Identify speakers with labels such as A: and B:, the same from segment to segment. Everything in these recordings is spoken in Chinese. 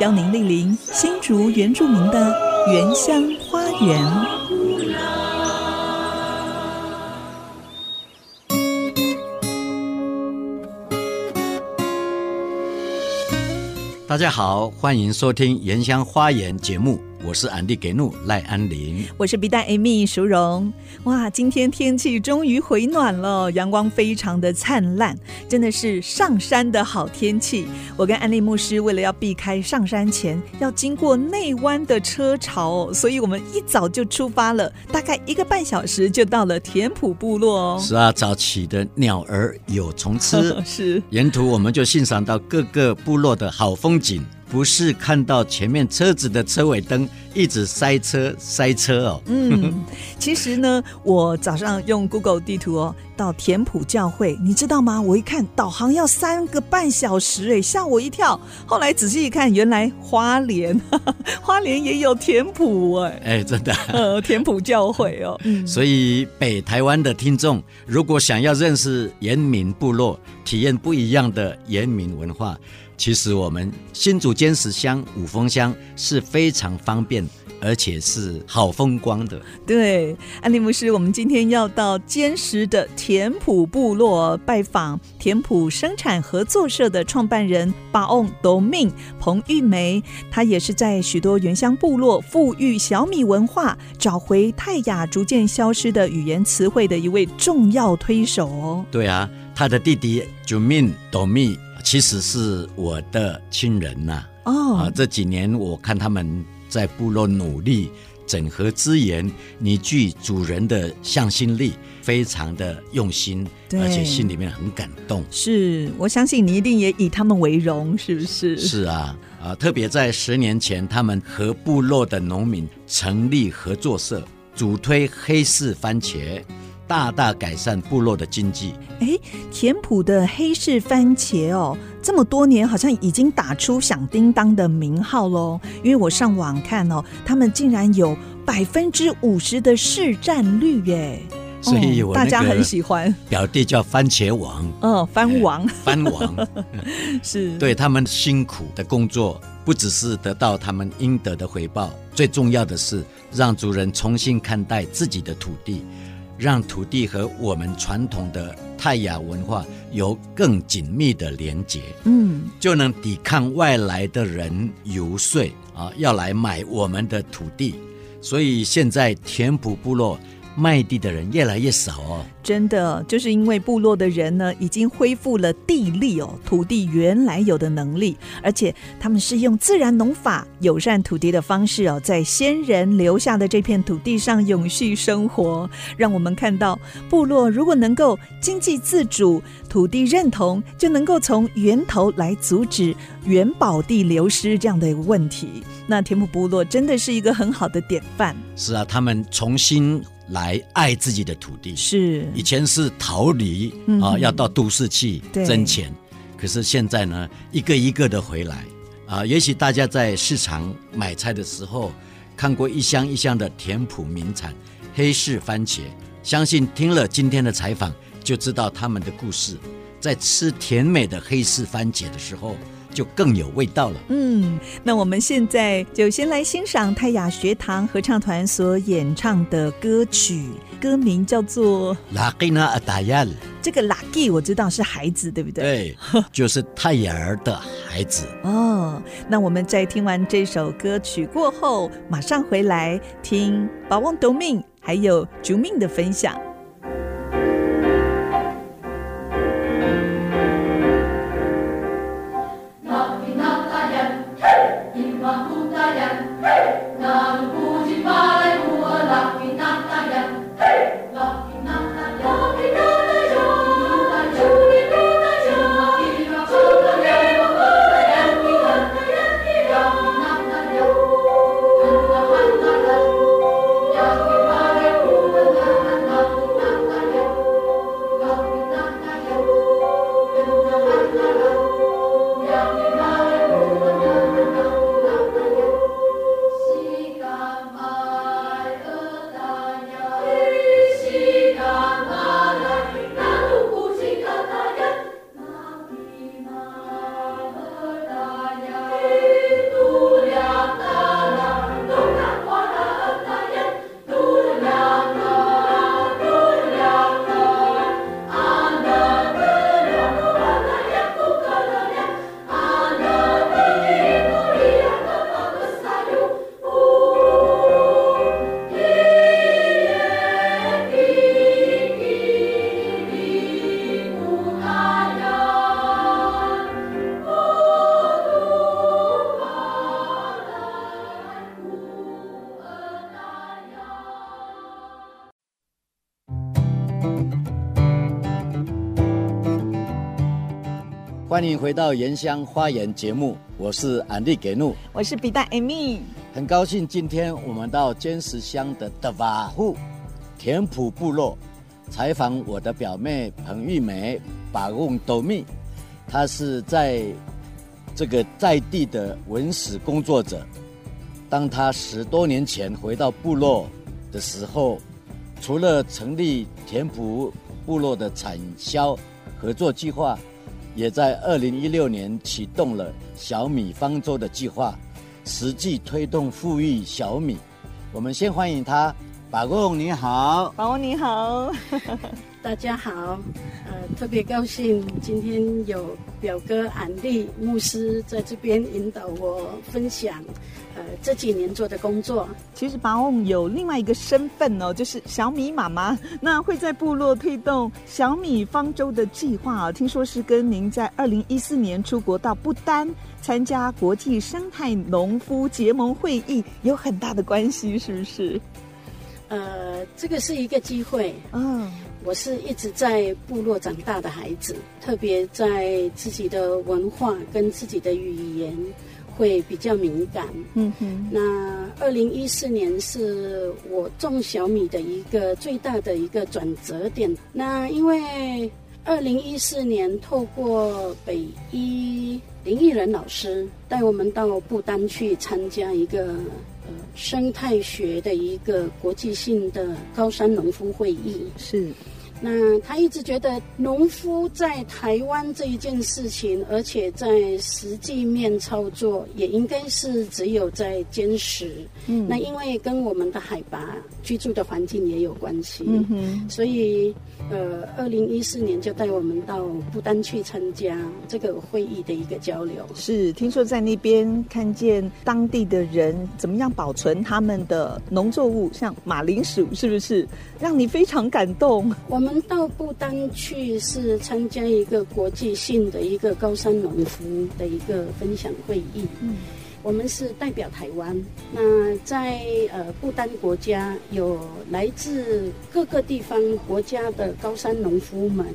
A: 邀您莅临新竹原住民的原乡花园。
B: 大家好，欢迎收听《原乡花园》节目，我是安迪给怒赖安林。
A: 我是 B 站 Amy 淑荣。哇，今天天气终于回暖了，阳光非常的灿烂，真的是上山的好天气。我跟安利牧师为了要避开上山前要经过内湾的车潮哦，所以我们一早就出发了，大概一个半小时就到了田埔部落哦。，
B: 十二早起的鸟儿有虫吃
A: 是
B: 沿途我们就欣赏到各个部落的好风景，不是看到前面车子的车尾灯一直塞车塞车哦。
A: 嗯，其实呢，我早上用 Google 地图哦，到田埔教会，你知道吗？我一看导航要三个半小时，哎，吓我一跳。后来仔细一看，原来花莲， 花莲也有田埔哎，
B: 哎，真的。
A: 呃，田埔教会哦，嗯，
B: 所以北台湾的听众，如果想要认识原民部落，体验不一样的原民文化，其实我们新竹尖石乡、五峰乡是非常方便，而且是好风光的。
A: 对，安利牧师，我们今天要到坚实的田埔部落拜访田埔生产合作社的创办人巴翁斗命彭玉梅，她也是在许多原乡部落富裕小米文化、找回泰雅逐渐消失的语言词汇的一位重要推手哦。
B: 对啊，他的弟弟九命斗密其实是我的亲人呐、
A: 哦，
B: 啊，这几年我看他们在部落努力整合资源，凝聚主人的向心力，非常的用心，
A: 对
B: 而且心里面很感动。
A: 是我相信你一定也以他们为荣，是不是？
B: 是啊，啊，特别在十年前，他们和部落的农民成立合作社，主推黑市番茄，大大改善部落的经济。
A: 哎，田埔的黑市番茄哦，这么多年好像已经打出响叮当的名号喽。因为我上网看哦，他们竟然有百分之五十的市占率耶，
B: 所以
A: 哦
B: 我
A: 大家
B: 那个
A: 很喜欢。
B: 表弟叫番茄王，
A: 嗯，番王
B: 番王，
A: 是，
B: 对他们辛苦的工作，不只是得到他们应得的回报，最重要的是让族人重新看待自己的土地，让土地和我们传统的泰雅文化有更紧密的连结，
A: 嗯，
B: 就能抵抗外来的人游说啊，要来买我们的土地。所以现在田埔部落卖地的人越来越少哦。
A: 真的就是因为部落的人呢，已经恢复了地力哦，土地原来有的能力，而且他们是用自然农法、友善土地的方式哦，在先人留下的这片土地上永续生活，让我们看到部落如果能够经济自主、土地认同，就能够从源头来阻止元宝地流失这样的一个问题。那田埔部落真的是一个很好的典范，
B: 是啊，他们重新来爱自己的土地。
A: 是
B: 以前是逃离
A: 嗯
B: 啊，
A: 哼
B: 要到都市去
A: 对
B: 挣钱，可是现在呢，一个一个的回来啊。也许大家在市场买菜的时候，看过一箱一箱的田埔名产黑市番茄，相信听了今天的采访，就知道他们的故事。在吃甜美的黑市番茄的时候，就更有味道了。
A: 嗯，那我们现在就先来欣赏泰雅学堂合唱团所演唱的歌曲，歌名叫做《
B: 拉啊吉纳阿达亚，
A: 这个 Lucky》，我知道是孩子，对不对？
B: 对， 就是泰雅儿的孩子。
A: 哦，那我们在听完这首歌曲过后，马上回来听宝旺斗命还有竹命的分享。
C: Thank you.
B: 欢迎回到《原乡花园》节目，我是安利给怒，
A: 我是比蛋 Amy。
B: 很高兴今天我们到尖石乡的德瓦户田埔部落采访我的表妹彭玉梅把贡斗密，她是在这个在地的文史工作者。当她十多年前回到部落的时候，除了成立田埔部落的产销合作计划，也在二零一六年启动了小米方舟的计划，实际推动富裕小米。我们先欢迎他，把贡你好，
A: 宝宝你好，
D: 大家好，呃，特别高兴今天有表哥安利牧师在这边引导我分享，呃，这几年做的工作。
A: 其实巴翁有另外一个身份哦，就是小米妈妈。那会在部落推动小米方舟的计划啊，听说是跟您在二零一四年出国到不丹参加国际生态农夫结盟会议有很大的关系，是不是？
D: 呃，这个是一个机会。
A: 嗯，
D: 我是一直在部落长大的孩子，特别在自己的文化跟自己的语言会比较敏感。
A: 嗯哼，
D: 那二零一四年是我种小米的一个最大的一个转折点。那因为二零一四年透过北一林义仁老师带我们到不丹去参加一个呃生态学的一个国际性的高山农夫会议。
A: 是
D: 那他一直觉得农夫在台湾这一件事情，而且在实际面操作，也应该是只有在坚持。
A: 嗯
D: 那因为跟我们的海拔、居住的环境也有关系。
A: 嗯哼，
D: 所以，呃，二零一四年就带我们到不丹去参加这个会议的一个交流。
A: 是听说在那边看见当地的人怎么样保存他们的农作物，像马铃薯，是不是让你非常感动？
D: 我们到不丹去是参加一个国际性的一个高山农夫的一个分享会议。
A: 嗯，
D: 我们是代表台湾。那在呃不丹国家有来自各个地方国家的高山农夫们，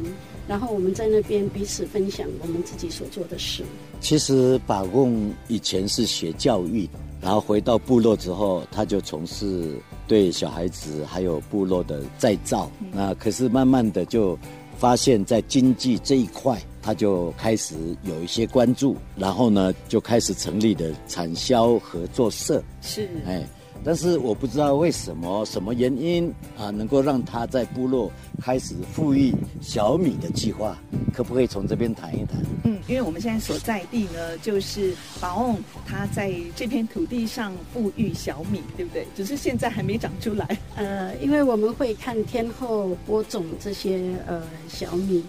D: 然后我们在那边彼此分享我们自己所做的事。
B: 其实把贡以前是学教育，然后回到部落之后，他就从事对小孩子还有部落的再造。那可是慢慢的就发现，在经济这一块，他就开始有一些关注，然后呢，就开始成立了产销合作社。
A: 是
B: 哎，但是我不知道为什么什么原因啊，能够让他在部落开始富裕小米的计划，可不可以从这边谈一谈？
A: 嗯，因为我们现在所在地呢，就是宝翁，他在这片土地上富裕小米，对不对？只是现在还没长出来。
D: 呃，因为我们会看天后播种这些呃小米。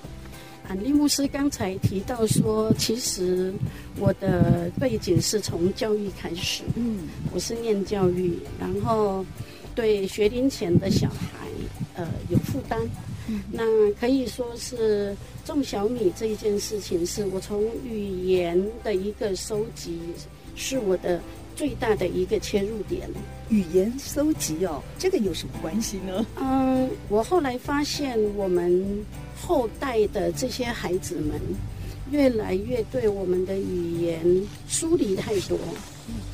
D: 啊，利牧师刚才提到说，其实我的背景是从教育开始，
A: 嗯
D: 我是念教育，然后对学龄前的小孩呃有负担，那可以说是种小米这一件事情，是我从语言的一个收集，是我的最大的一个切入点。
A: 语言搜集哦，这个有什么关系呢？
D: 嗯，我后来发现，我们后代的这些孩子们，越来越对我们的语言疏离太多，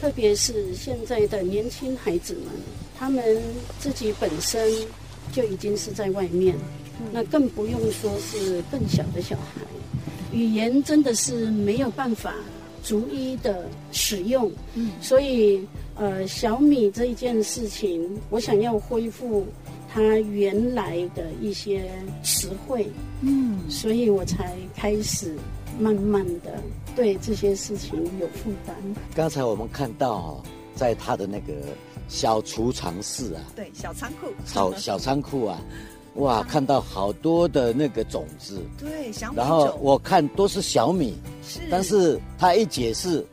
D: 特别是现在的年轻孩子们，他们自己本身就已经是在外面，那更不用说是更小的小孩，语言真的是没有办法逐一的使用，
A: 嗯
D: 所以呃，小米这一件事情，我想要恢复它原来的一些词汇，
A: 嗯，
D: 所以我才开始慢慢的对这些事情有负担。
B: 刚才我们看到、哦，在他的那个小储藏室啊，
A: 对，小仓库，
B: 小小仓库啊，哇，看到好多的那个种子，
A: 对小米
B: 然后
A: 种
B: 我看都是小米，
A: 是，
B: 但是他一解释，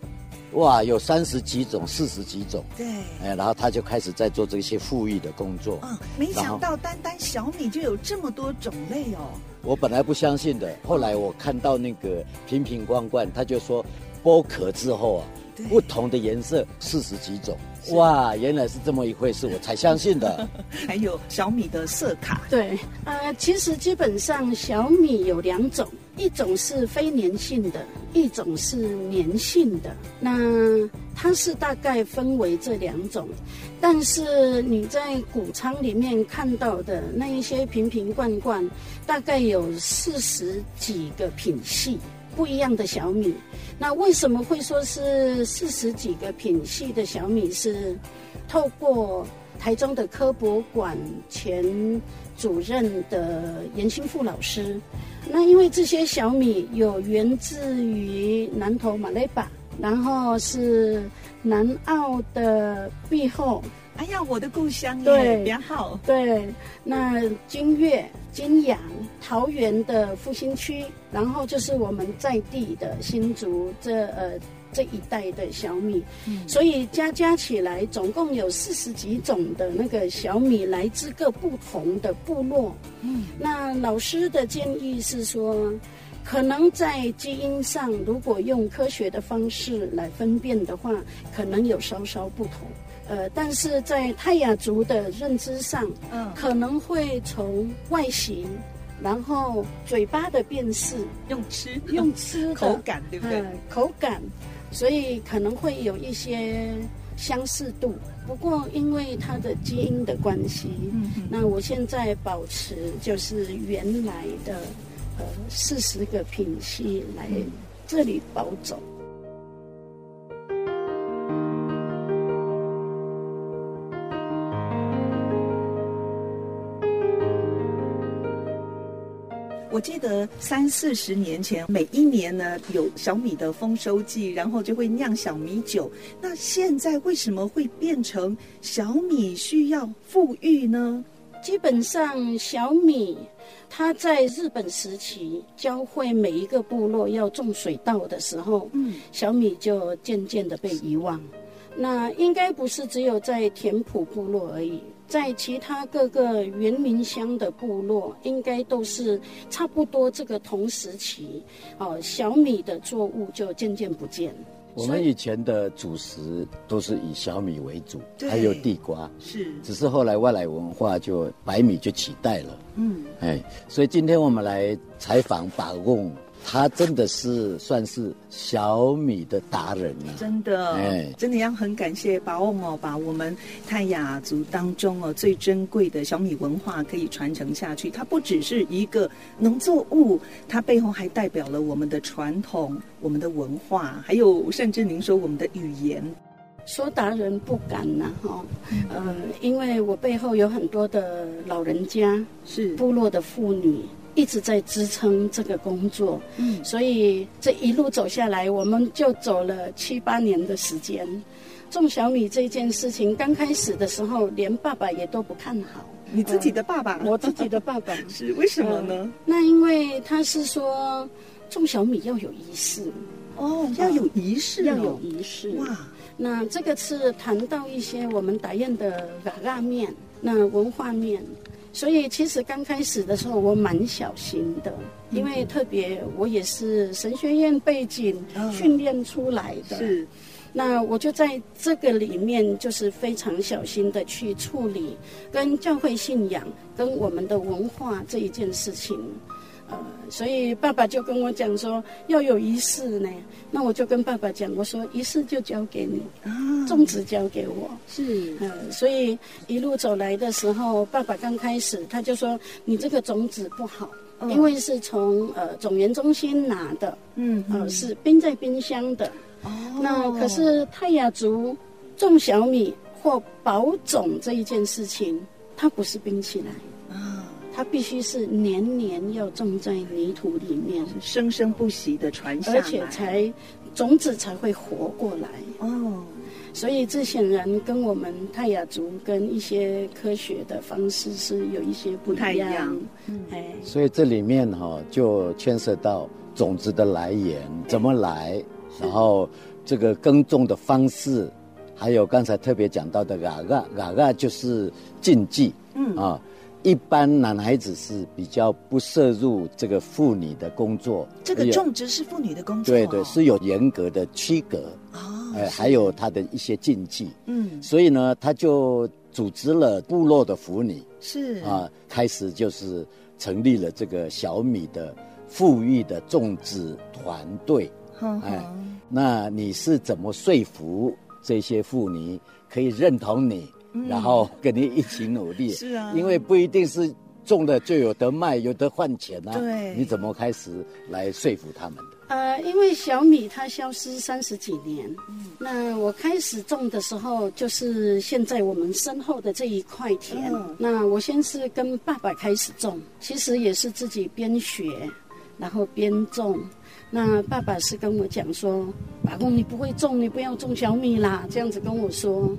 B: 哇，有三十几种、四十几种，
A: 对。哦
B: 哎，然后他就开始在做这些富裕的工作。
A: 嗯，没
B: 然
A: 想
B: 后
A: 到单单小米就有这么多种类哦。
B: 我本来不相信的，后来我看到那个瓶瓶罐罐，他就说剥壳之后啊
A: 对，
B: 不同的颜色四十几种，哇，原来是这么一回事，我才相信的。
A: 还有小米的色卡，
D: 对，呃，其实基本上小米有两种，一种是非粘性的，一种是粘性的。那它是大概分为这两种，但是你在谷仓里面看到的那一些瓶瓶罐罐，大概有四十几个品系不一样的小米。那为什么会说是四十几个品系的小米是透过台中的科博馆前主任的严兴富老师？那因为这些小米有源自于南投马累巴，然后是南澳的庇后，
E: 哎呀，我的故乡耶，
D: 对
E: 比较好。
D: 对，那金岳、金阳、桃园的复兴区，然后就是我们在地的新竹这呃这一带的小米，所以加加起来总共有四十几种的那个小米，来自各不同的部落。
E: 嗯，
D: 那老师的建议是说。可能在基因上，如果用科学的方式来分辨的话，可能有稍稍不同。呃，但是在泰雅族的认知上，
E: 嗯，
D: 可能会从外形，然后嘴巴的辨识，
E: 用吃
D: 用吃的
E: 口感，对不对？
D: 呃口感，所以可能会有一些相似度。不过因为它的基因的关系，
E: 嗯嗯
D: 那我现在保持就是原来的呃四十个品系来
E: 嗯
D: 这里保种。
A: 我记得三四十年前，每一年呢有小米的丰收季，然后就会酿小米酒。那现在为什么会变成小米需要富裕呢？
D: 基本上，小米它在日本时期教会每一个部落要种水稻的时候，
A: 嗯，
D: 小米就渐渐的被遗忘。那应该不是只有在田埔部落而已，在其他各个原民乡的部落，应该都是差不多这个同时期，哦，小米的作物就渐渐不见了。
B: 我们以前的主食都是以小米为主，
A: 对
B: 还有地瓜，
A: 是，
B: 只是后来外来文化就白米就取代了。
A: 嗯，
B: 哎，所以今天我们来采访把贡，他真的是算是小米的达人了、
A: 真的，
B: 哎
A: 真的要很感谢把翁哦，把我们泰雅族当中哦最珍贵的小米文化可以传承下去。它不只是一个农作物，它背后还代表了我们的传统、我们的文化，还有甚至您说我们的语言。
D: 说达人不敢呐、哈、呃，因为我背后有很多的老人家，
A: 是
D: 部落的妇女一直在支撑这个工作，
A: 嗯
D: 所以这一路走下来，我们就走了七八年的时间。种小米这件事情，刚开始的时候，连爸爸也都不看好，
A: 你自己的爸爸，
D: 我自己的爸 爸。
A: 是为什么呢？
D: 那因为他是说，种小米要有仪式，
A: 哦，要有仪式、哦，
D: 要有仪式。
A: 哇，
D: 那这个是谈到一些我们打燕的嘎嘎面，那文化面，所以其实刚开始的时候我蛮小心的，
A: 嗯
D: 因为特别我也是神学院背景
A: 嗯
D: 训练出来的，
A: 是
D: 那我就在这个里面就是非常小心的去处理跟教会信仰、跟我们的文化这一件事情。呃，所以爸爸就跟我讲说要有仪式呢，那我就跟爸爸讲，我说仪式就交给你，
A: 啊，
D: 种植交给我。
A: 是
D: 嗯，所以一路走来的时候，爸爸刚开始他就说你这个种子不好，
A: 嗯
D: 因为是从呃种源中心拿的，
A: 嗯
D: 呃是冰在冰箱的。
A: 哦
D: 那可是泰雅族种小米或保种这一件事情，它不是冰起来，
A: 啊，
D: 它必须是年年要种在泥土里面，
A: 是生生不息的传下来，
D: 而且才种子才会活过来。
A: 哦，
D: 所以这显然跟我们泰雅族跟一些科学的方式是有一些
A: 不
D: 不
A: 太
D: 一
A: 一
D: 样。
A: 样
D: 哎，
B: 所以这里面哈、就牵涉到种子的来源怎么来，然后这个耕种的方式，还有刚才特别讲到的嘎嘎嘎嘎就是禁忌，
A: 嗯
B: 啊，一般男孩子是比较不涉入这个妇女的工作，
E: 这个
B: 也有
E: 种植是妇女的工作、
A: 哦
B: 对对是有严格的区隔，
E: 哦，
A: 啊
B: 哎、还有他的一些禁忌，
A: 嗯
B: 所以呢，他就组织了部落的妇女
A: 是
B: 啊，开始就是成立了这个小米的富裕的种植团队。
A: 哼
B: 哎
A: 哼，
B: 那你是怎么说服这些妇女可以认同你，然后跟你一起努力？
A: 嗯是啊
B: 因为不一定是种了就有得卖，有得换钱啊。
A: 对
B: 你怎么开始来说服他们的？
D: 呃，因为小米它消失三十几年，那我开始种的时候，就是现在我们身后的这一块田。
A: 嗯
D: 那我先是跟爸爸开始种，其实也是自己边学，然后边种。那爸爸是跟我讲说：“老公，你不会种，你不要种小米啦。”这样子跟我说。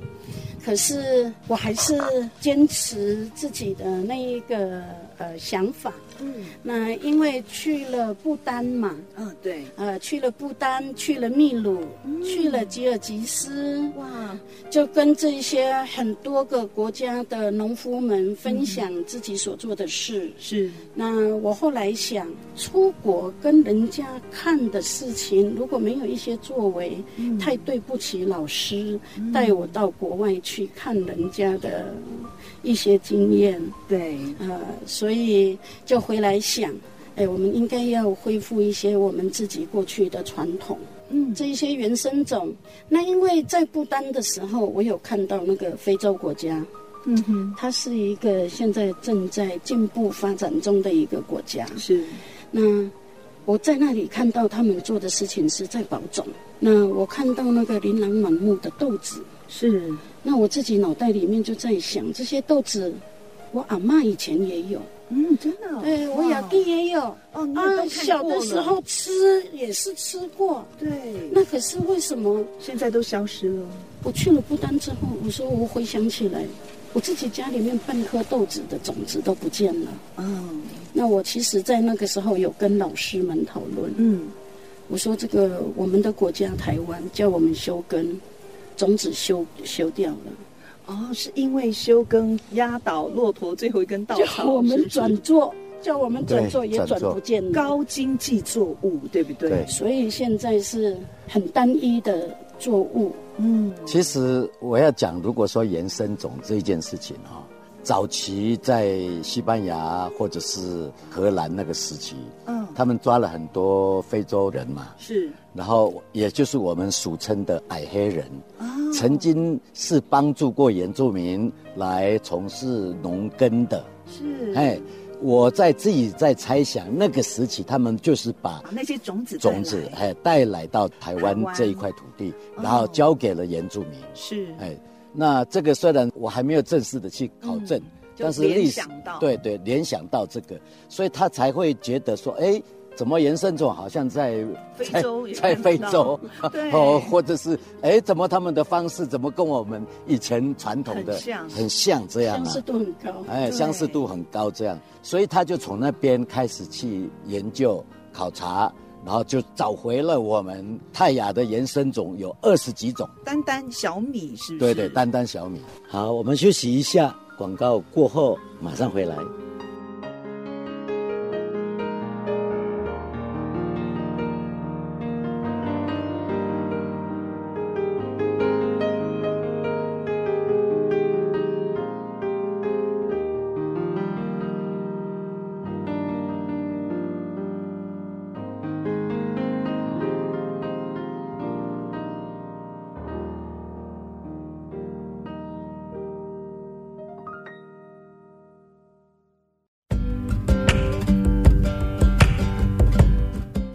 D: 可是我还是坚持自己的那一个呃想法。
A: 嗯
D: 那因为去了不丹嘛，
A: 嗯，对，
D: 呃，去了不丹，去了秘鲁，去了吉尔吉斯，
A: 哇，
D: 就跟这些很多个国家的农夫们分享自己所做的事。
A: 是
D: 那我后来想，出国跟人家看的事情，如果没有一些作为，太对不起老师带我到国外去看人家的一些经验。
A: 对，
D: 呃，所以就回来想，哎，我们应该要恢复一些我们自己过去的传统，
A: 嗯
D: 这一些原生种。那因为在不丹的时候，我有看到那个非洲国家，
A: 嗯哼，
D: 它是一个现在正在进步发展中的一个国家。
A: 是
D: 那我在那里看到他们做的事情是在保种。那我看到那个琳琅满目的豆子，
A: 是，
D: 那我自己脑袋里面就在想，这些豆子，我阿嬷以前也有。
A: 嗯，真的哦，
D: 对，哎我
A: 哇
D: 表弟也有
A: 哦，你也都看过
D: 啊，
A: 了
D: 小的时候吃也是吃过，
A: 对，
D: 那可是为什么
A: 现在都消失了，
D: 我去了不丹之后，我说我回想起来，我自己家里面半颗豆子的种子都不见了。
A: 嗯
D: 那我其实，在那个时候有跟老师们讨论，
A: 嗯，
D: 我说这个我们的国家台湾叫我们休耕，种子休休掉了，
A: 哦，是因为休耕压倒骆驼最后一根稻
D: 叫
A: 草，
D: 我
A: 是
D: 们
A: 不是
D: 转做，叫我们转做
B: 对
D: 也转
B: 转作
D: 不见了。
A: 高经济作物，对不对？
B: 对
D: 所以现在是很单一的作物，
A: 嗯，
B: 其实我要讲，如果说原生种这件事情哈、早期在西班牙或者是荷兰那个时期，
A: 嗯，
B: 他们抓了很多非洲人嘛，
A: 是
B: 然后也就是我们俗称的矮黑人，
A: 啊，
B: 曾经是帮助过原住民来从事农耕的。
A: 是
B: 哎，我在自己在猜想，那个时期他们就是把
A: 啊把那些种子带来
B: 种子哎带来到
A: 台
B: 台湾
A: 湾
B: 这一块土地，
A: 哦
B: 然后交给了原住民。
A: 是
B: 哎，那这个虽然我还没有正式的去考证，
A: 嗯就
B: 但是历史
A: 联想到
B: 对对联想到这个，所以他才会觉得说，哎，怎么原生种好像在
A: 非
B: 在
A: 洲也
B: 在
A: 看得
B: 非
A: 到
B: 洲
A: 对，
B: 哦，或者是哎，怎么他们的方式怎么跟我们以前传统的
A: 很像
B: 很像这样
D: 相
B: 啊
D: 似？度很高。
B: 哎，
A: 对
B: 相似度很高，这样，所以他就从那边开始去研究考察，然后就找回了我们泰雅的原生种有二十几种。
A: 单单小米是不
B: 对
A: 是？
B: 对，单单小米。好，我们休息一下，广告过后马上回来。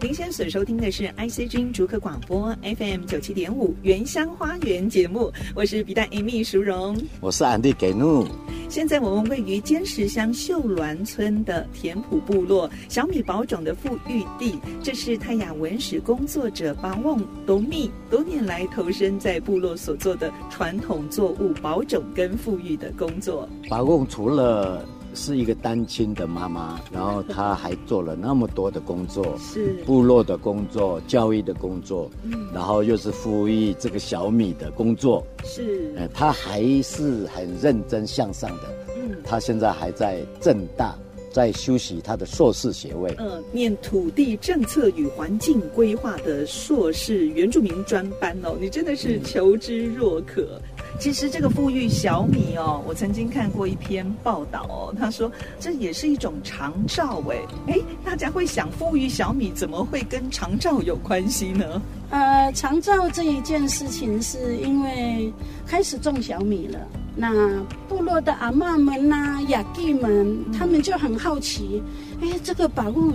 A: 您现在所收听的是 IC 之音逐客广播 FM 九七点五原乡花园节目，我是皮蛋 Amy 淑荣。
B: 我是安迪给怒，
A: 现在我们位于尖石乡秀峦村的田埔部落小米保种的富裕地，这是泰雅文史工作者巴旺多密多年来投身在部落所做的传统作物保种跟富裕的工作。
B: 法贡除了是一个单亲的妈妈，然后她还做了那么多的工作，
A: 是
B: 部落的工作、教育的工作，然后又是富裕这个小米的工作，
A: 是，
B: 呃，她还是很认真向上的。
A: 嗯
B: 她现在还在正大在修习她的硕士学位。
A: 呃，念土地政策与环境规划的硕士原住民专班哦，你真的是求知若渴。其实这个富裕小米哦，我曾经看过一篇报道哦，他说这也是一种长照哎哎，大家会想富裕小米怎么会跟长照有关系呢？
D: 呃，长照这一件事情，是因为开始种小米了。那部落的阿嬷们呐、雅弟们，他们就很好奇，哎，这个宝物，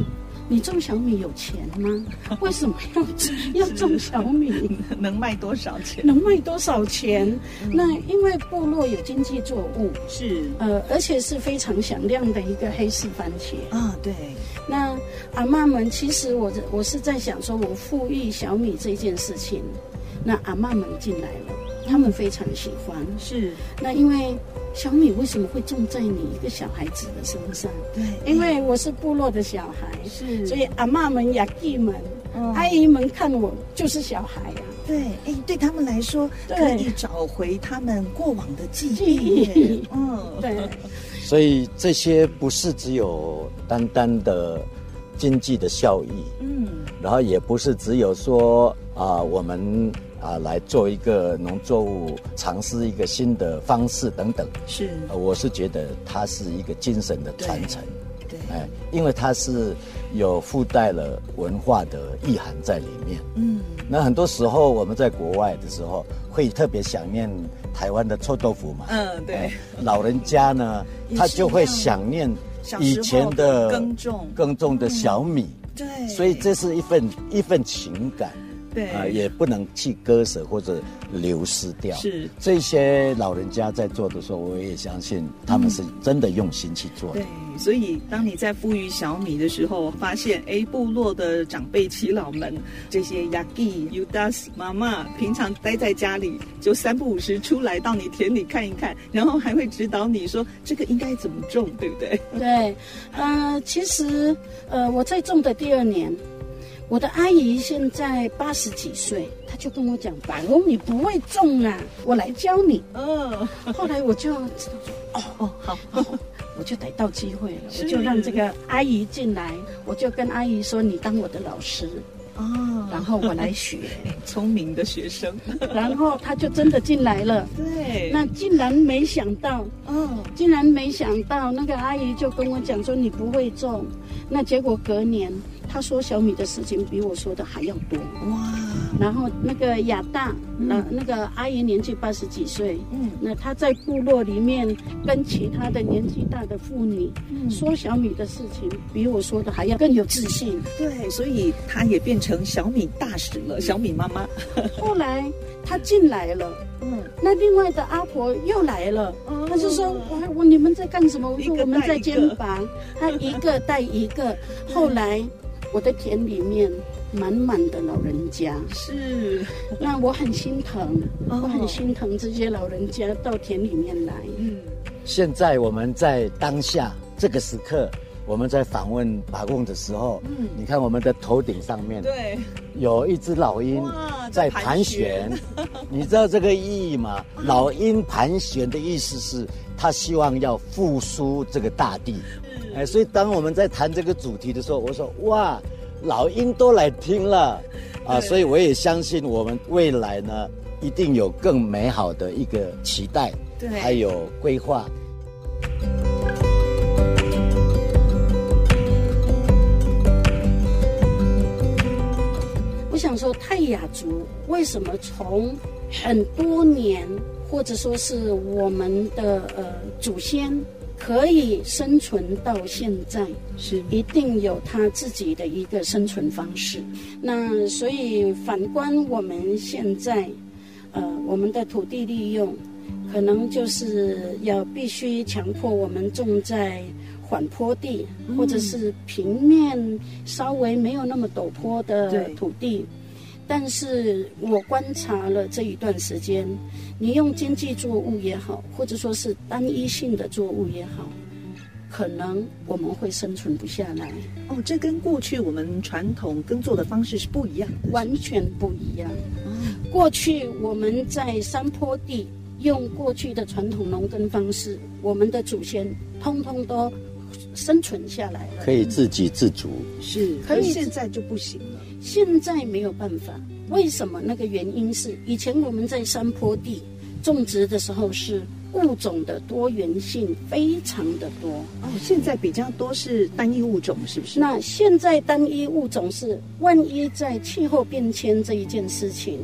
D: 你种小米有钱吗？为什么要要种小米？
A: 能卖多少钱？
D: 能卖多少钱？那因为部落有经济作物，
A: 是
D: 呃，而且是非常响亮的一个黑市番茄。
A: 啊，对，
D: 那阿妈们，其实我这我是在想说，我富裕小米这件事情，那阿妈们进来了，他们非常喜欢。
A: 是，
D: 那因为小米为什么会种在你一个小孩子的身上？
A: 对，
D: 因为我是部落的小孩，
A: 是，
D: 所以阿妈们、雅弟们、
A: 嗯
D: 阿姨们看我就是小孩呀、啊。
A: 对，哎，对他们来说，
D: 对
A: 可以找回他们过往的记
D: 记
A: 忆耶
D: 忆。
A: 嗯，
D: 对，
B: 所以这些不是只有单单的经济的效益，
A: 嗯，
B: 然后也不是只有说啊、我们啊、来做一个农作物，尝试一个新的方式等等。
A: 是，
B: 呃我是觉得它是一个精神的传承，
A: 对，
B: 哎，因为它是有附带了文化的意涵在里面。
A: 嗯，
B: 那很多时候我们在国外的时候，会特别想念台湾的臭豆腐嘛。
A: 嗯，对
B: 哎，老人家呢
A: 也，是
B: 他就会想念
A: 小
B: 以
A: 时候
B: 前的
A: 耕种嗯
B: 耕种的小米，
A: 对，
B: 所以这是一份一份情感，
A: 对
B: 啊、也不能去割舍或者流失掉。
A: 是
B: 这些老人家在做的时候，我也相信他们是真的用心去做的。
A: 对，所以当你在富裕小米的时候，发现哎，部落的长辈耆老们，这些 Yagi、Udas、妈妈，平常待在家里就三不五时出来到你田里看一看，然后还会指导你说这个应该怎么种，对不对？
D: 对，呃，其实呃，我在种的第二年，我的阿姨现在八十几岁，她就跟我讲：“百翁，你不会种啊，我来教你。
A: 嗯，”
D: 后来我就知道说
A: 哦，好，
D: 我就逮到机会了，
A: 是
D: 我就让这个阿姨进来，我就跟阿姨说：“你当我的老师，
A: 哦，
D: 然后我来学。
A: 聪明的学生，”
D: 然后她就真的进来了。
A: 对，
D: 那竟然没想到，
A: 嗯，
D: 竟然没想到，那个阿姨就跟我讲说你不会种，那结果隔年她说小米的事情比我说的还要多。
A: 哇，
D: 然后那个亚大，那、那个阿姨年纪八十几岁，
A: 嗯
D: 那她在部落里面跟其他的年纪大的妇女、
A: 嗯
D: 说小米的事情，比我说的还要更有自信。
A: 对，所以他也变成小米大使了，小米妈妈，
D: 后来她进来了，
A: 嗯，
D: 那另外的阿婆又来了，
A: 哦
D: 她就说：“我我你们在干什么？”我
A: 一
D: 说
A: 个：“
D: 我们
A: 带
D: 在
A: 一个
D: 肩膀。”她一个带一个。 后来我的田里面满满的老人 家，
A: 是，
D: 那我很心疼，
A: 哦
D: 我很心疼这些老人家到田里面来。
A: 嗯，
B: 现在我们在当下这个时刻，我们在访问拔贡的时候，
A: 嗯
B: 你看我们的头顶上面
A: 对。
B: 有一只老鹰
A: 哇
B: 在
A: 在
B: 盘
A: 盘
B: 旋
A: 旋， 嗯
B: 你知道这个意义吗？老鹰盘旋的意思是它希望要复苏这个大地。
A: 嗯
B: 哎，所以当我们在谈这个主题的时候，我说哇，老鹰都来听了啊，
A: 对
B: 所以我也相信我们未来呢，一定有更美好的一个期待，
A: 对
B: 还有规划。
D: 我想说，泰雅族为什么从很多年，或者说是我们的呃祖先，可以生存到现在，
A: 是
D: 一定有他自己的一个生存方式。那所以反观我们现在，呃，我们的土地利用，可能就是要必须强迫我们种在缓坡地，或者是平面稍微没有那么陡坡的
A: 对
D: 土地。但是我观察了这一段时间，你用经济作物也好，或者说是单一性的作物也好，可能我们会生存不下来，
A: 哦，这跟过去我们传统耕作的方式是不一样的。
D: 完全不一样。
A: 啊
D: 过去我们在山坡地用过去的传统农耕方式，我们的祖先通通都生存下来了。
B: 可以自给自足，
A: 是，
D: 可以
A: 是现在就不行了。
D: 现在没有办法，为什么？那个原因是以前我们在山坡地种植的时候是物种的多元性非常的多。
A: 哦，现在比较多是单一物种，是不是？
D: 那现在单一物种是，万一在气候变迁这一件事情，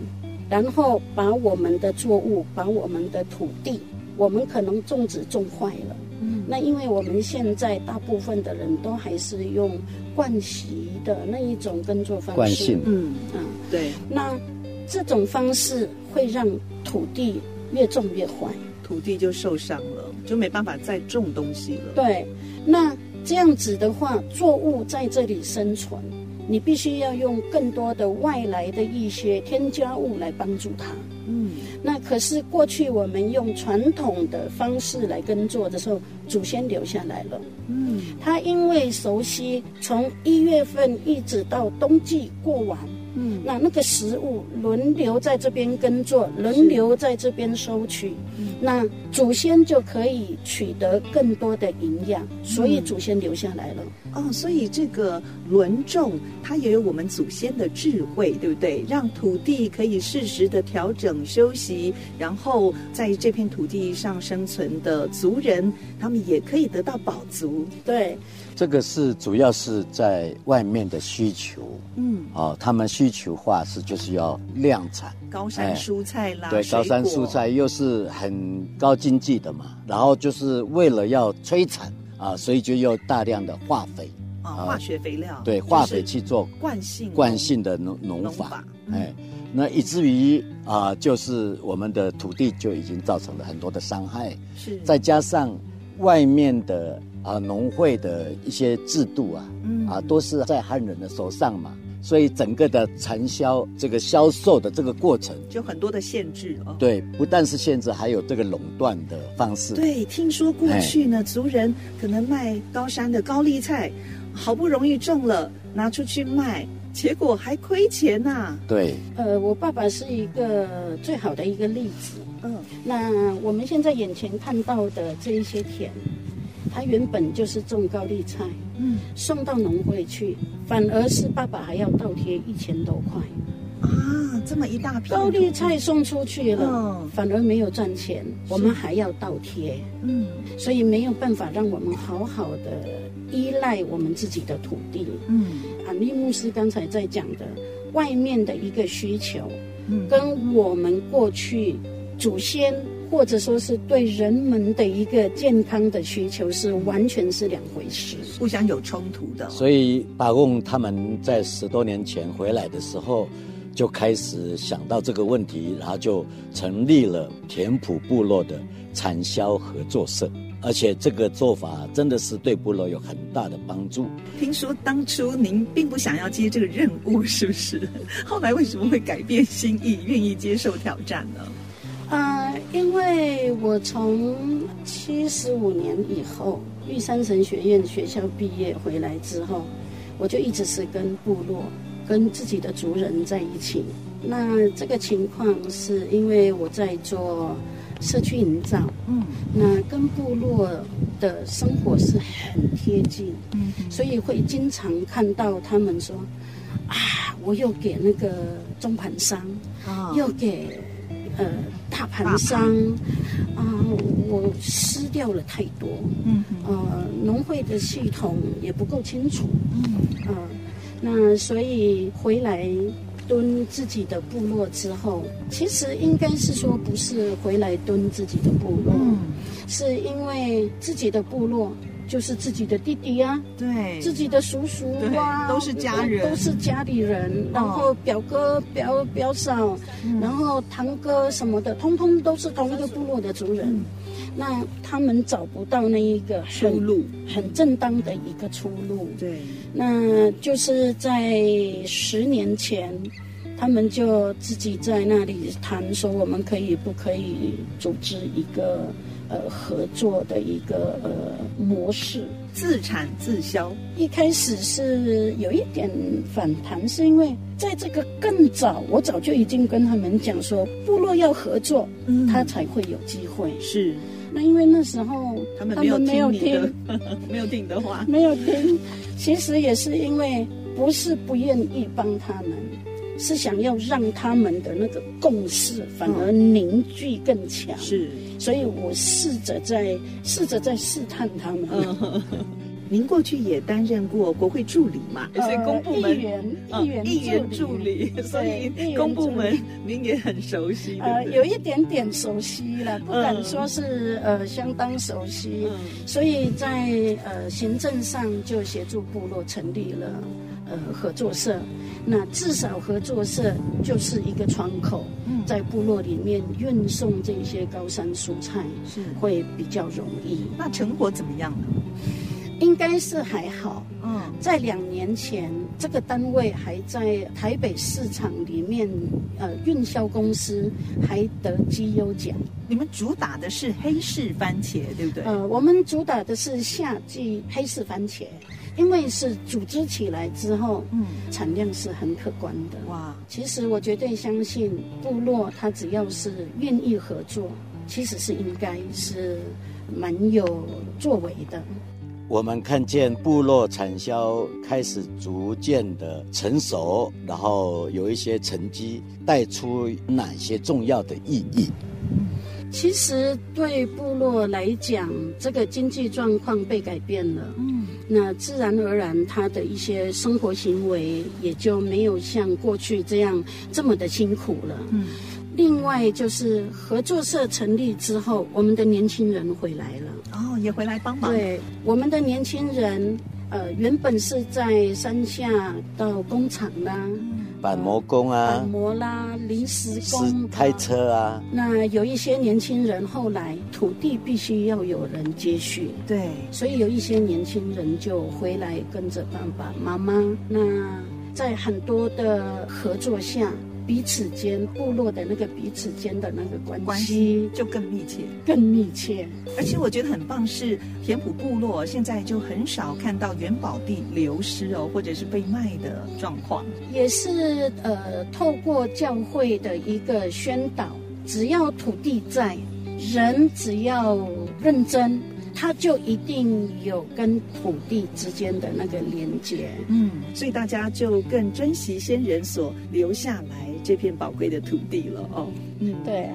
D: 然后把我们的作物、把我们的土地，我们可能种植种坏了。嗯，那因为我们现在大部分的人都还是用惯习的那一种耕作方式。
B: 惯性。
A: 嗯，
D: 嗯，
A: 对，
D: 那这种方式会让土地越种越坏。
A: 土地就受伤了，就没办法再种东西了。
D: 对，那这样子的话，作物在这里生存，你必须要用更多的外来的一些添加物来帮助它。
A: 嗯，
D: 那可是过去我们用传统的方式来耕作的时候，祖先留下来了。
A: 嗯，
D: 他因为熟悉，从一月份一直到冬季过完，
A: 嗯，
D: 那那个食物轮流在这边耕作，轮流在这边收取，那祖先就可以取得更多的营养，所以祖先留下来了。
A: 哦，所以这个轮种，它也有我们祖先的智慧，对不对？让土地可以适时的调整休息，然后在这片土地上生存的族人，他们也可以得到饱足。
D: 对，
B: 这个是主要是在外面的需求
A: 嗯，
B: 哦，他们需求化是就是要量产，
A: 高山
B: 哎
A: 蔬菜啦，
B: 对，
A: 水
B: 高
A: 果
B: 山蔬菜又是很高经济的嘛，然后就是为了要催产啊，所以就要大量的化肥，
A: 啊、
B: 啊
A: 化学肥料，
B: 对，
A: 就是
B: 化肥去做
A: 惯性
B: 惯性的农农
A: 农
B: 法
A: 法，嗯
B: 哎，那以至于啊、就是我们的土地就已经造成了很多的伤害，
A: 是
B: 再加上外面的啊、农会的一些制度啊，
A: 嗯
B: 啊都是在汉人的手上嘛，所以整个的传销这个销售的这个过程，
A: 就很多的限制哦。
B: 对，不但是限制，还有这个垄断的方式，
A: 对，哎听说过去呢，族人可能卖高山的高丽菜，好不容易种了，拿出去卖，结果还亏钱呐、
B: 对
D: 呃，我爸爸是一个最好的一个例子。
A: 嗯，
D: 那我们现在眼前看到的这一些田，它原本就是种高丽菜，
A: 嗯，
D: 送到农会去，反而是爸爸还要倒贴一千多块。
A: 啊，这么一大片
D: 高丽，菜送出去了，
A: 嗯
D: 反而没有赚钱，我们还要倒贴，
A: 嗯
D: 所以没有办法让我们好好的依赖我们自己的土地。
A: 嗯
D: 啊，利牧师刚才在讲的，外面的一个需求，
A: 嗯
D: 跟我们过去祖先或者说是对人们的一个健康的需求是完全是两回事。
A: 互相有冲突的、
B: 所以巴贡他们在十多年前回来的时候，就开始想到这个问题，然后就成立了田埔部落的产销合作社，而且这个做法真的是对部落有很大的帮助。
A: 听说当初您并不想要接这个任务，是不是？ 后来为什么会改变心意，愿意接受挑战呢？
D: 啊，因为我从七十五年以后，玉山神学院学校毕业回来之后，我就一直是跟部落、跟自己的族人在一起。那这个情况是因为我在做社区营造，
A: 嗯
D: 那跟部落的生活是很贴近，
A: 嗯
D: 所以会经常看到他们说：“啊，我又给那个中盘商，
A: 啊
D: 又给呃大盘商，啊、我失掉了太多，
A: 嗯
D: 呃，农会的系统也不够清楚，
A: 嗯
D: 嗯、那所以回来蹲自己的部落之后，其实应该是说不是回来蹲自己的部落，
A: 嗯
D: 是因为自己的部落就是自己的弟弟啊呀、
A: 对
D: 自己的叔叔
A: 对
D: 啊，
A: 都是家人哦
D: 都都是家里人，然后表哥、表表嫂，
A: 嗯
D: 然后堂哥什么的，通通都是同一个部落的族人。那他们找不到那一个
A: 嗯出
D: 很
A: 路，
D: 很正当的一个出路，
A: 对，
D: 那就是在十年前，他们就自己在那里谈说，我们可以不可以组织一个呃合作的一个呃模式。
A: 自产自销，
D: 一开始是有一点反弹，是因为在这个更早，我早就已经跟他们讲说，部落要合作，
A: 嗯
D: 他才会有机会。
A: 是
D: 那因为那时候
A: 他们没有
D: 他们没有
A: 听你的
D: 听，
A: 没有听你的话，
D: 没有听，其实也是因为不是不愿意帮他们，是想要让他们的那个共识反而凝聚更强。
A: 是，
D: 所以我试着在试着在试探他们。
A: 嗯，您过去也担任过国会助理嘛，
D: 呃
A: 所以公部门
D: 议。员
A: 嗯
D: 议员
A: 议员助理，所
D: 对议
A: 以
D: 员
A: 公部
D: 助理
A: 门您也很熟悉，
D: 呃
A: 对不对
D: 有一点点熟悉了，不敢
A: 嗯
D: 说是呃相当熟悉。
A: 嗯
D: 所以在呃行政上就协助部落成立了呃合作社，那至少合作社就是一个窗口，
A: 嗯
D: 在部落里面运送这些高山蔬菜
A: 是
D: 会比较容易，
A: 那成果怎么样呢？
D: 应该是还好。
A: 嗯
D: 在两年前，这个单位还在台北市场里面，呃，运销公司还得绩优奖。
A: 你们主打的是黑市番茄，对不对？
D: 呃，我们主打的是夏季黑市番茄，因为是组织起来之后，
A: 嗯，
D: 产量是很可观的。
A: 哇，
D: 其实我绝对相信，部落它只要是愿意合作，其实是应该是蛮有作为的。
B: 我们看见部落产销开始逐渐的成熟，然后有一些成绩，带出哪些重要的意义？
D: 其实对部落来讲，这个经济状况被改变了，
A: 嗯，
D: 那自然而然他的一些生活行为也就没有像过去这样这么的辛苦了。
A: 嗯，
D: 另外就是合作社成立之后，我们的年轻人回来了。
A: 哦，也回来帮忙，
D: 对，我们的年轻人，呃，原本是在山下到工厂啦、
B: 板模工啊
D: 板，模啦、临时
B: 是
D: 工、
B: 开。车啊，
D: 那有一些年轻人后来土地必须要有人接续，
A: 对，
D: 所以有一些年轻人就回来跟着爸爸妈妈。那在很多的合作下，彼此间部落的那个彼此间的那个
A: 关
D: 关
A: 系
D: 系
A: 就更密切。
D: 更密切。
A: 而且我觉得很棒是田埔部落现在就很少看到元宝地流失哦，或者是被卖的状况。
D: 也是呃，透过教会的一个宣导，只要土地在，人只要认真，他就一定有跟土地之间的那个连接。
A: 嗯，所以大家就更珍惜先人所留下来这片宝贵的土地了哦。嗯，
D: 对、啊，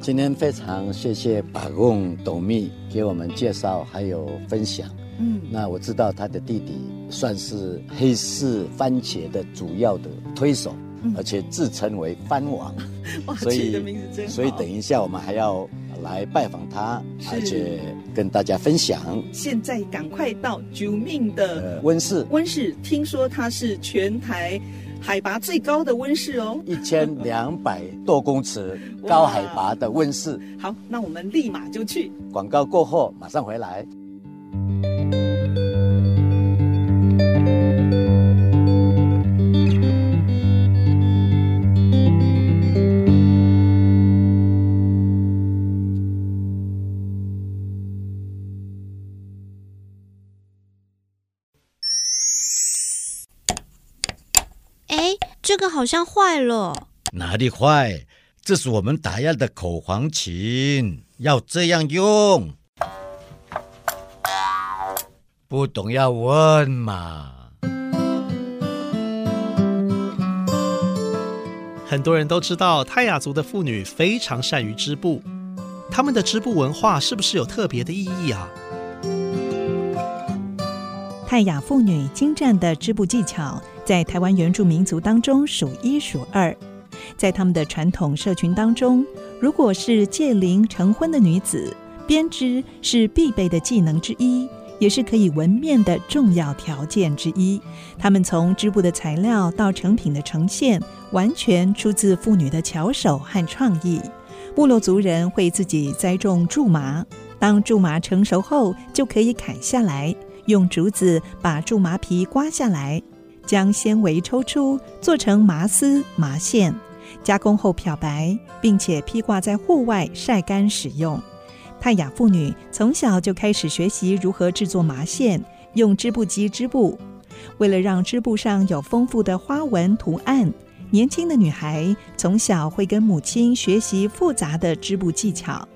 B: 今天非常谢谢把贡董秘给我们介绍还有分享。
A: 嗯，
B: 那我知道他的弟弟算是黑市番茄的主要的推手，而且自称为番王，
A: 哇，
B: 所
A: 取
B: 以
A: 的名字真好。
B: 所以等一下我们还要来拜访他，
A: 是
B: 而且跟大家分享。
A: 现在赶快到九命的
B: 呃，温室
A: 温室，听说它是全台海拔最高的温室哦。
B: 一千两百多公尺高海拔的温室，
A: 好，那我们立马就去。
B: 广告过后马上回来。
F: 哎，这个好像坏了。
G: 哪里坏？这是我们打药的口簧琴，要这样用。不懂要问嘛。
H: 很多人都知道泰雅族的妇女非常善于织布，他们的织布文化是不是有特别的意义啊？
E: 泰雅妇女精湛的织布技巧，在台湾原住民族当中数一数二。在他们的传统社群当中，如果是届龄成婚的女子，编织是必备的技能之一，也是可以纹面的重要条件之一。他们从织布的材料到成品的呈现，完全出自妇女的巧手和创意。部落族人会自己栽种苎麻，当苎麻成熟后，就可以砍下来，用竹子把苎麻皮刮下来，将纤维抽出，做成麻丝、麻线，加工后漂白，并且披挂在户外晒干使用。泰雅妇女从小就开始学习如何制作麻线，用织布机织布。为了让织布上有丰富的花纹图案，年轻的女孩从小会跟母亲学习复杂的织布技巧。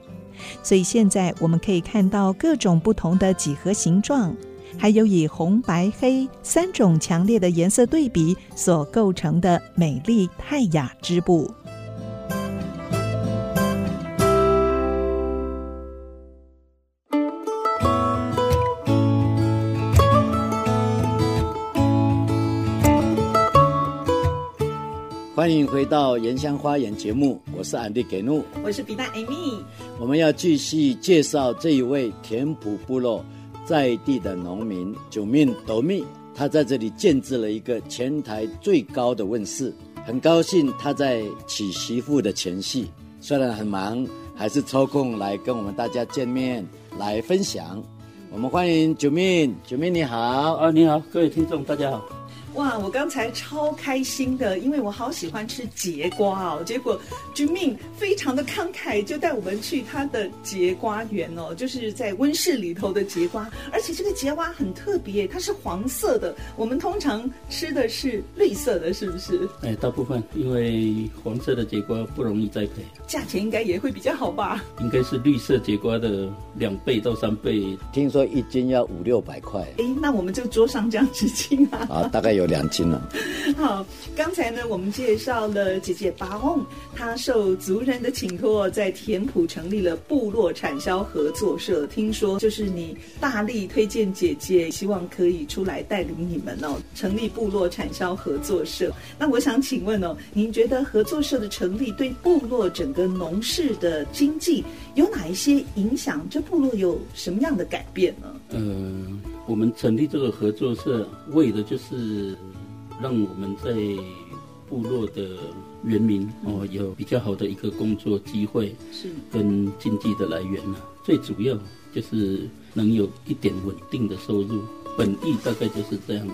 E: 所以现在我们可以看到各种不同的几何形状，还有以红、白、黑三种强烈的颜色对比所构成的美丽泰雅织布。
B: 欢迎回到《原乡花园》节目，我是安迪给怒。
A: 我是比娜 Amy。
B: 我们要继续介绍这一位田埔部落在地的农民九命斗密，他在这里建制了一个全台最高的问世。很高兴他在娶媳妇的前夕，虽然很忙，还是抽空来跟我们大家见面，来分享。我们欢迎九命，九命你好，
I: 啊，你好，各位听众，大家好。
A: 哇，我刚才超开心的，因为我好喜欢吃节瓜哦。结果君命非常的慷慨，就带我们去他的节瓜园哦，就是在温室里头的节瓜，而且这个节瓜很特别，它是黄色的。我们通常吃的是绿色的，是不是？
I: 哎，大部分因为黄色的节瓜不容易栽培，
A: 价钱应该也会比较好吧？
I: 应该是绿色节瓜的两倍到三倍。
B: 听说一斤要五六百块
A: 哎，那我们就桌上这样子进啊。
B: 啊，大概有两斤了。
A: 好，刚才呢，我们介绍了姐姐巴翁，她受族人的请托，在田埔成立了部落产销合作社。听说就是你大力推荐姐姐，希望可以出来带领你们哦，成立部落产销合作社。那我想请问哦，您觉得合作社的成立对部落整个农事的经济有哪一些影响？这部落有什么样的改变呢？
I: 嗯、我们成立这个合作社，为的就是让我们在部落的原民哦有比较好的一个工作机会
A: 是
I: 跟经济的来源呢、最主要就是能有一点稳定的收入，本意大概就是这样子。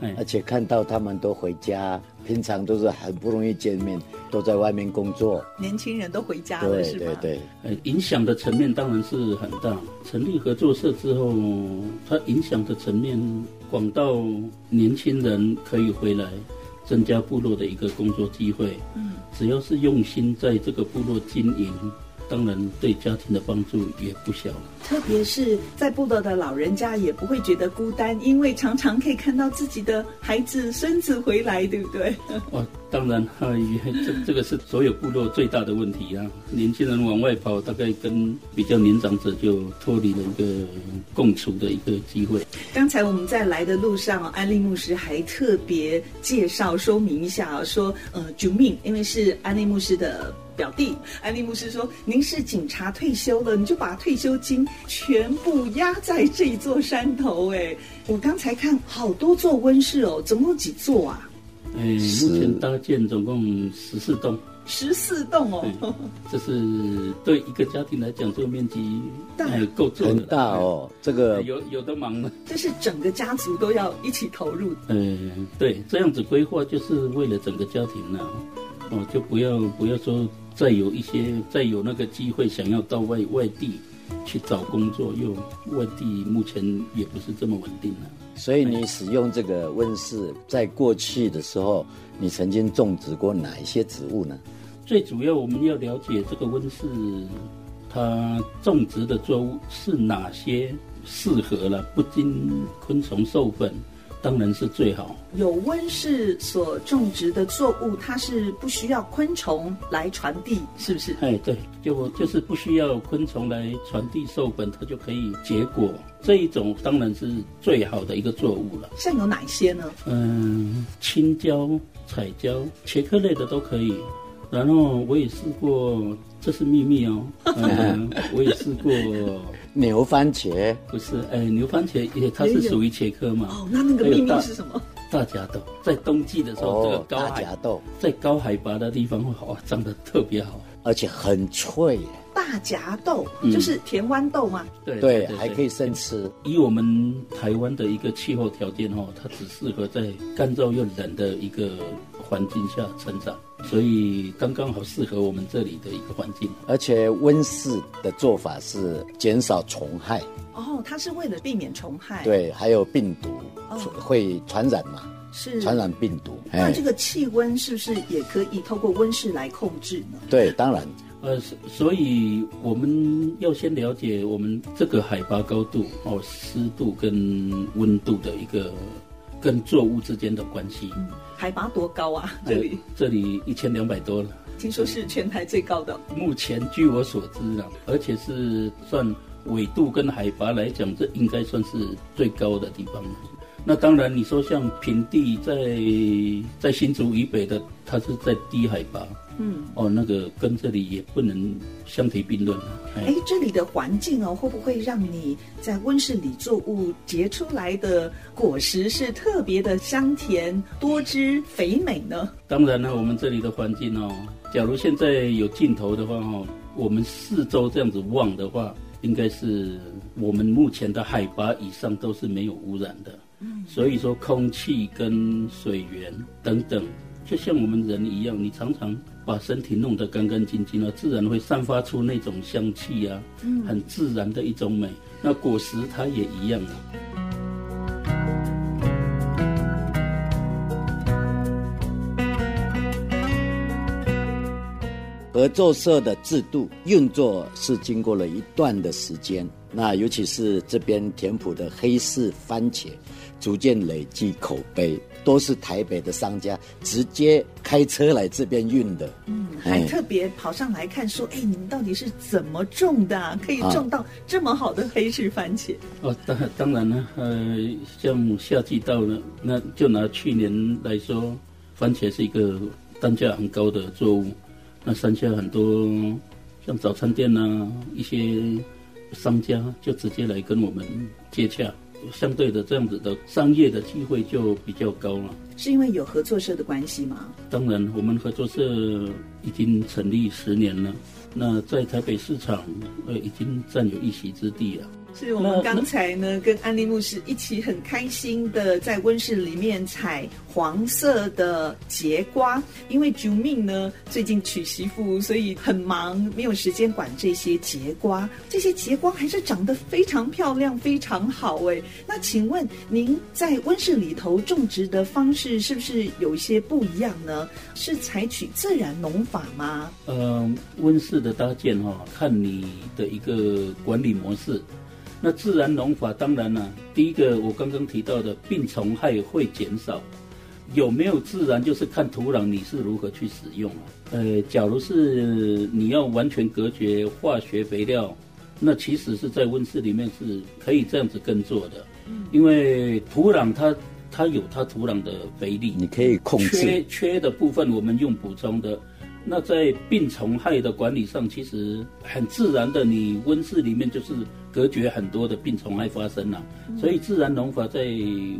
I: 哎
B: 而，且看到他们都回家，平常都是很不容易见面，都在外面工作。
A: 年轻人都回家了，
B: 对
A: 啊是
B: 对
A: 吗？
B: 对，
I: 呃，影响的层面当然是很大。成立合作社之后，它影响的层面广到年轻人可以回来，增加部落的一个工作机会。
A: 嗯，
I: 只要是用心在这个部落经营，当然对家庭的帮助也不小。
A: 特别是在部落的老人家也不会觉得孤单，因为常常可以看到自己的孩子、孙子回来，对不对？
I: 哦，当然，哈、也这这个是所有部落最大的问题啊！年轻人往外跑，大概跟比较年长者就脱离了一个共处的一个机会。
A: 刚才我们在来的路上，安利牧师还特别介绍说明一下，说呃，九命，因为是安利牧师的。表弟安利牧师说：“您是警察退休了，你就把退休金全部压在这一座山头。”哎，我刚才看好多座温室哦，总共几座啊？
I: 哎，目前搭建总共十四栋。
A: 十四栋哦。
I: 对这是对一个家庭来讲，这个面积哎够做的了
B: 很大，哦，这
I: 哎
B: 个
I: 有有的忙了。
A: 这是整个家族都要一起投入。
I: 嗯，对，这样子规划就是为了整个家庭呢、哦，就不要不要说再有一些再有那个机会想要到外外地去找工作，又外地目前也不是这么稳定了、
B: 所以你使用这个温室，在过去的时候，你曾经种植过哪一些植物呢？
I: 最主要我们要了解这个温室，它种植的作物是哪些适合了，不经昆虫授粉，当然是最好。
A: 有温室所种植的作物，它是不需要昆虫来传递，是不是？
I: 哎，对，就就是不需要昆虫来传递授粉，它就可以结果。这一种当然是最好的一个作物了。
A: 像有哪些呢？
I: 嗯，青椒、彩椒、茄科类的都可以。然后我也试过，这是秘密哦。嗯，我也试过，
B: 牛番茄，
I: 不是，哎，牛番茄也它是属于茄科嘛，
A: 哦，那那个
I: 还有
A: 秘密
I: 大
A: 是什么？
I: 大甲豆，在冬季的时候，这个
B: 哦，
I: 高
B: 大
I: 海
B: 夹豆，
I: 在高海拔的地方，哇，长得特别好。
B: 而且很脆耶，
A: 大夹豆，
I: 嗯
A: 就是甜豌豆啊吗？
I: 对
B: 对，还可以生吃。
I: 以我们台湾的一个气候条件哦，它只适合在干燥又冷的一个环境下成长，所以刚刚好适合我们这里的一个环境。
B: 而且温室的做法是减少虫害，
A: 哦，它是为了避免虫害。，
B: 对，还有病毒
A: 哎哦嗯
B: 会传染嘛，
A: 是。
B: 传染病毒。哎
A: 哎那这个气温是不是也可以透过温室来控制呢？
B: 对，当然
I: 呃，所所以我们要先了解我们这个海拔高度、哦湿度跟温度的一个跟作物之间的关系。
A: 海拔多高啊？这
I: 这
A: 里
I: 这里一千两百多了，
A: 听说是全台最高的，
I: 目前据我所知啊，而且是算纬度跟海拔来讲，这应该算是最高的地方了。那当然，你说像平地在在新竹以北的，它是在低海拔，
A: 嗯。
I: 哦，那个跟这里也不能相提并论了。
A: 哎，这里的环境哦，会不会让你在温室里作物结出来的果实是特别的香甜、多汁、肥美呢？
I: 当然了，我们这里的环境哦，假如现在有镜头的话哦，我们四周这样子望的话，应该是我们目前的海拔以上都是没有污染的。嗯，所以说空气跟水源等等，就像我们人一样，你常常把身体弄得干干净净了，自然会散发出那种香气啊，很自然的一种美。那果实它也一样啊。
B: 合作社的制度运作是经过了一段的时间，那尤其是这边田埔的黑市番茄，逐渐累积口碑，都是台北的商家直接开车来这边运的。嗯
A: 还特别跑上来看，说：“哎，你们到底是怎么种的、啊？可以种到这么好的黑市番茄
I: 哦，当当然了，呃，像夏季到了，那就拿去年来说，番茄是一个单价很高的作物，那山下很多像早餐店呐、一些商家就直接来跟我们接洽，相对的这样子的商业的机会就比较高了。？”
A: 是因为有合作社的关系吗？
I: 当然，我们合作社已经成立十年了，那在台北市场呃已经占有一席之地啊了。
A: 是我们
I: 那
A: 刚才呢跟安利牧师一起很开心的在温室里面采黄色的节瓜，因为九命呢最近娶媳妇，所以很忙，没有时间管这些节瓜。这些节瓜还是长得非常漂亮，非常好哎。那请问您在温室里头种植的方式是不是有一些不一样呢？是采取自然农法吗？
I: 呃，温室的搭建哈、看你的一个管理模式。那自然农法当然了、第一个我刚刚提到的病虫害会减少，有没有自然就是看土壤你是如何去使用啊。呃，假如是你要完全隔绝化学肥料，那其实是在温室里面是可以这样子耕作的，因为土壤它它有它土壤的肥力，
B: 你可以控
I: 缺
B: 制，
I: 缺的部分我们用补充的。那在病虫害的管理上，其实很自然的，你温室里面就是隔绝很多的病虫害发生了、所以自然农法在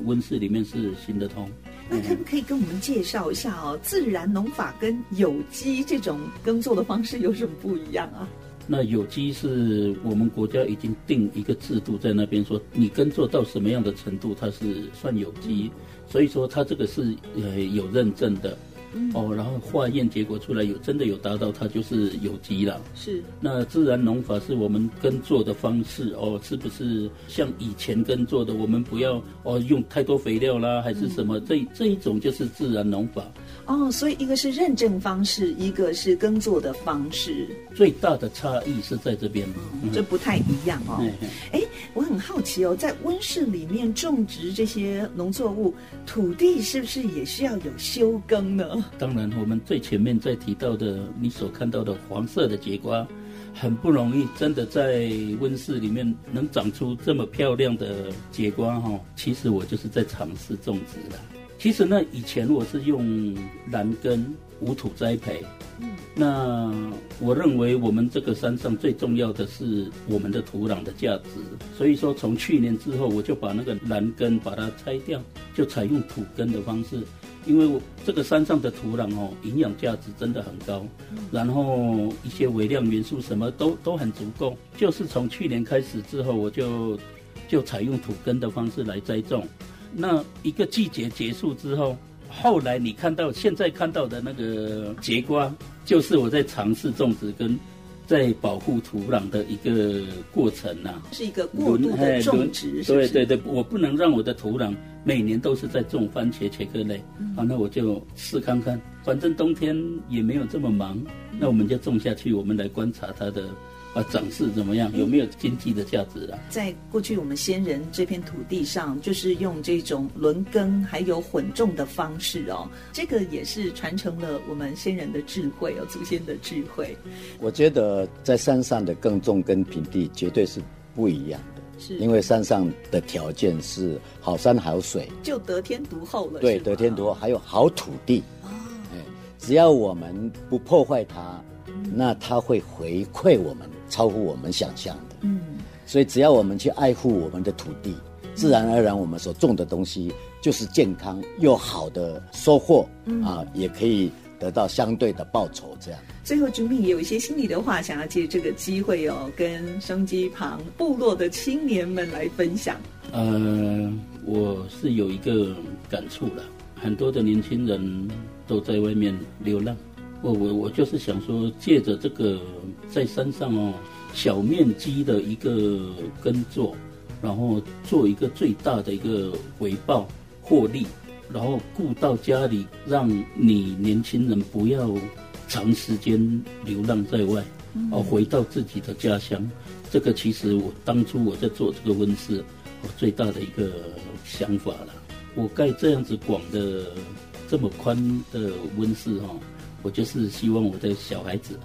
I: 温室里面是行得通。
A: 那可不可以跟我们介绍一下哦？自然农法跟有机这种耕作的方式有什么不一样啊？
I: 那有机是我们国家已经定一个制度在那边说，你耕作到什么样的程度，它是算有机，所以说它这个是呃有认证的，
A: 嗯
I: 哦，然后化验结果出来有真的有达到，它就是有机了。
A: 是
I: 那自然农法是我们耕作的方式哦，是不是像以前耕作的，我们不要哦用太多肥料啦，还是什
A: 嗯
I: 么？这这一种就是自然农法。
A: 哦，所以一个是认证方式，一个是耕作的方式，
I: 最大的差异是在这边嘛。嗯
A: 这不太一样哦。
I: 哎哎
A: 哎，我很好奇哦，在温室里面种植这些农作物，土地是不是也需要有休耕呢？
I: 当然，我们最前面在提到的，你所看到的黄色的节瓜，很不容易，真的在温室里面能长出这么漂亮的节瓜哈、哦。其实我就是在尝试种植的。其实呢，以前我是用蓝根无土栽培。那我认为我们这个山上最重要的是我们的土壤的价值，所以说从去年之后，我就把那个栏根把它拆掉，就采用土耕的方式，因为我这个山上的土壤哦，营养价值真的很高，然后一些微量元素什么都都很足够。就是从去年开始之后，我就就采用土耕的方式来栽种。那一个季节结束之后，后来你看到现在看到的那个节瓜，就是我在尝试种植跟在保护土壤的一个过程呐、啊。
A: 是一个过度
I: 哎
A: 的种植，是不
I: 对
A: 是？
I: 对对，我不能让我的土壤每年都是在种番茄茄科类，
A: 嗯
I: 好，那我就试看看，反正冬天也没有这么忙，
A: 嗯
I: 那我们就种下去，我们来观察它的啊长势怎么样，有没有经济的价值啊？
A: 在过去我们先人这片土地上，就是用这种轮耕还有混种的方式哦，这个也是传承了我们先人的智慧哦，祖先的智慧
B: 哎
J: 我觉得在山上的耕种跟平地绝对是不一样的，
A: 是，
J: 因为山上的条件是好山好水，
A: 就得天独厚了，
J: 对，
A: 是吗
J: 得天独厚，还有好土地。
A: 哦
J: 哎，只要我们不破坏它，那它会回馈我们，超乎我们想象的。
A: 嗯，
J: 所以只要我们去爱护我们的土地，自然而然我们所种的东西就是健康又好的收获、啊，也可以得到相对的报酬。这样，
A: 最后，朱敏有一些心里的话，想要借这个机会哦，跟生机旁部落的青年们来分享。
I: 呃，我是有一个感触了，很多的年轻人都在外面流浪。我我我就是想说，借着这个在山上哦，小面积的一个耕作，然后做一个最大的一个回报获利，然后顾到家里，让你年轻人不要长时间流浪在外，哦，回到自己的家乡。这个其实我当初我在做这个温室，我最大的一个想法了。我盖这样子广的、这么宽的温室哦，我就是希望我的小孩子，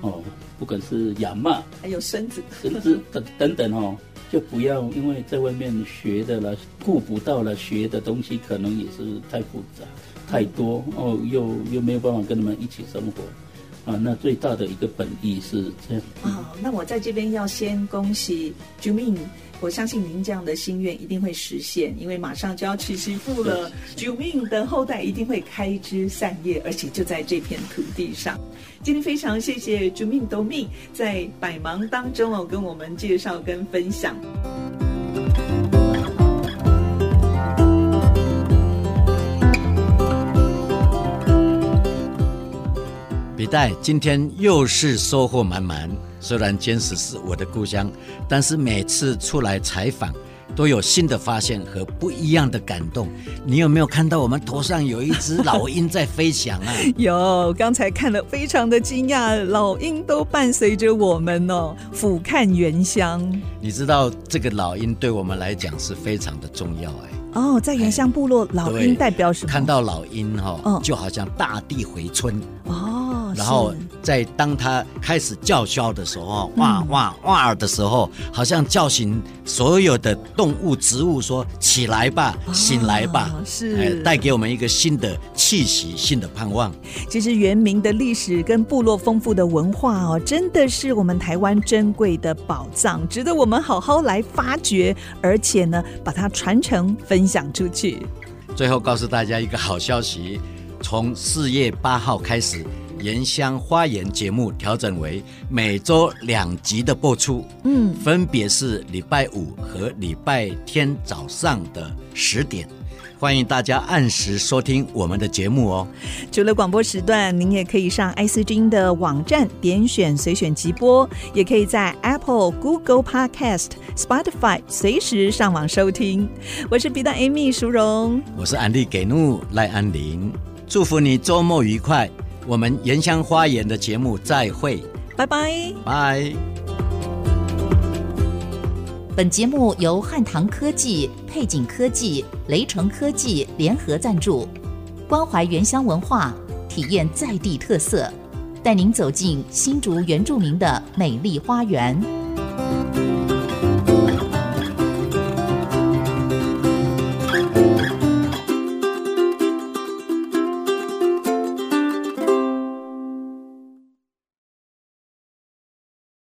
I: 哦，不管是亚妈、
A: 还有孙子，
I: 甚至等等等哦，就不要因为在外面学的了，顾不到了学的东西，可能也是太复杂、太多哦，又又没有办法跟他们一起生活，啊，那最大的一个本意是这样。
A: 哦，那我在这边要先恭喜朱敏，我相信您这样的心愿一定会实现，因为马上就要娶媳妇了，朱敏的后代一定会开枝散叶，而且就在这片土地上。今天非常谢谢朱敏斗命在百忙当中哦，跟我们介绍跟分享。
B: 笔袋今天又是收获满满。虽然坚持是我的故乡，但是每次出来采访，都有新的发现和不一样的感动。你有没有看到我们头上有一只老鹰在飞翔啊？
K: 有，刚才看了非常的惊讶，老鹰都伴随着我们哦，俯瞰原乡。
B: 你知道这个老鹰对我们来讲是非常的重要哎。
K: 哦，在原乡部落，老
B: 对
K: 鹰代表什么？
B: 看到老鹰哈、哦，
K: 嗯
B: 就好像大地回春。
K: 哦，
B: 然后
K: 是嗯
B: 在当它开始叫嚣的时候，哇哇哇的时候，好像叫醒所有的动物、植物说，起来吧，醒来吧，
K: 啊
B: 哎
K: 是
B: 带给我们一个新的气息、新的盼望。
K: 其实原民的历史跟部落丰富的文化哦，真的是我们台湾珍贵的宝藏，值得我们好好来发掘，而且呢，把它传承分享出去。
B: 最后告诉大家一个好消息，从四月八号开始，《原乡花园》节目调整为每周两集的播出，
K: 嗯，
B: 分别是礼拜五和礼拜天早上的十点。欢迎大家按时收听我们的节目哦。
K: 除了广播时段，您也可以上 IC 之音的网站点选随选直播，也可以在 Apple、Google Podcast、Spotify 随时上网收听。我是 B 站 Amy 淑荣，
B: 我是安利给怒赖安林，祝福你周末愉快。我们原乡花园的节目再会，
K: 拜拜。
B: 拜。
L: 本节目由汉唐科技、配景科技、雷城科技联合赞助，关怀原乡文化，体验在地特色，带您走进新竹原住民的美丽花园。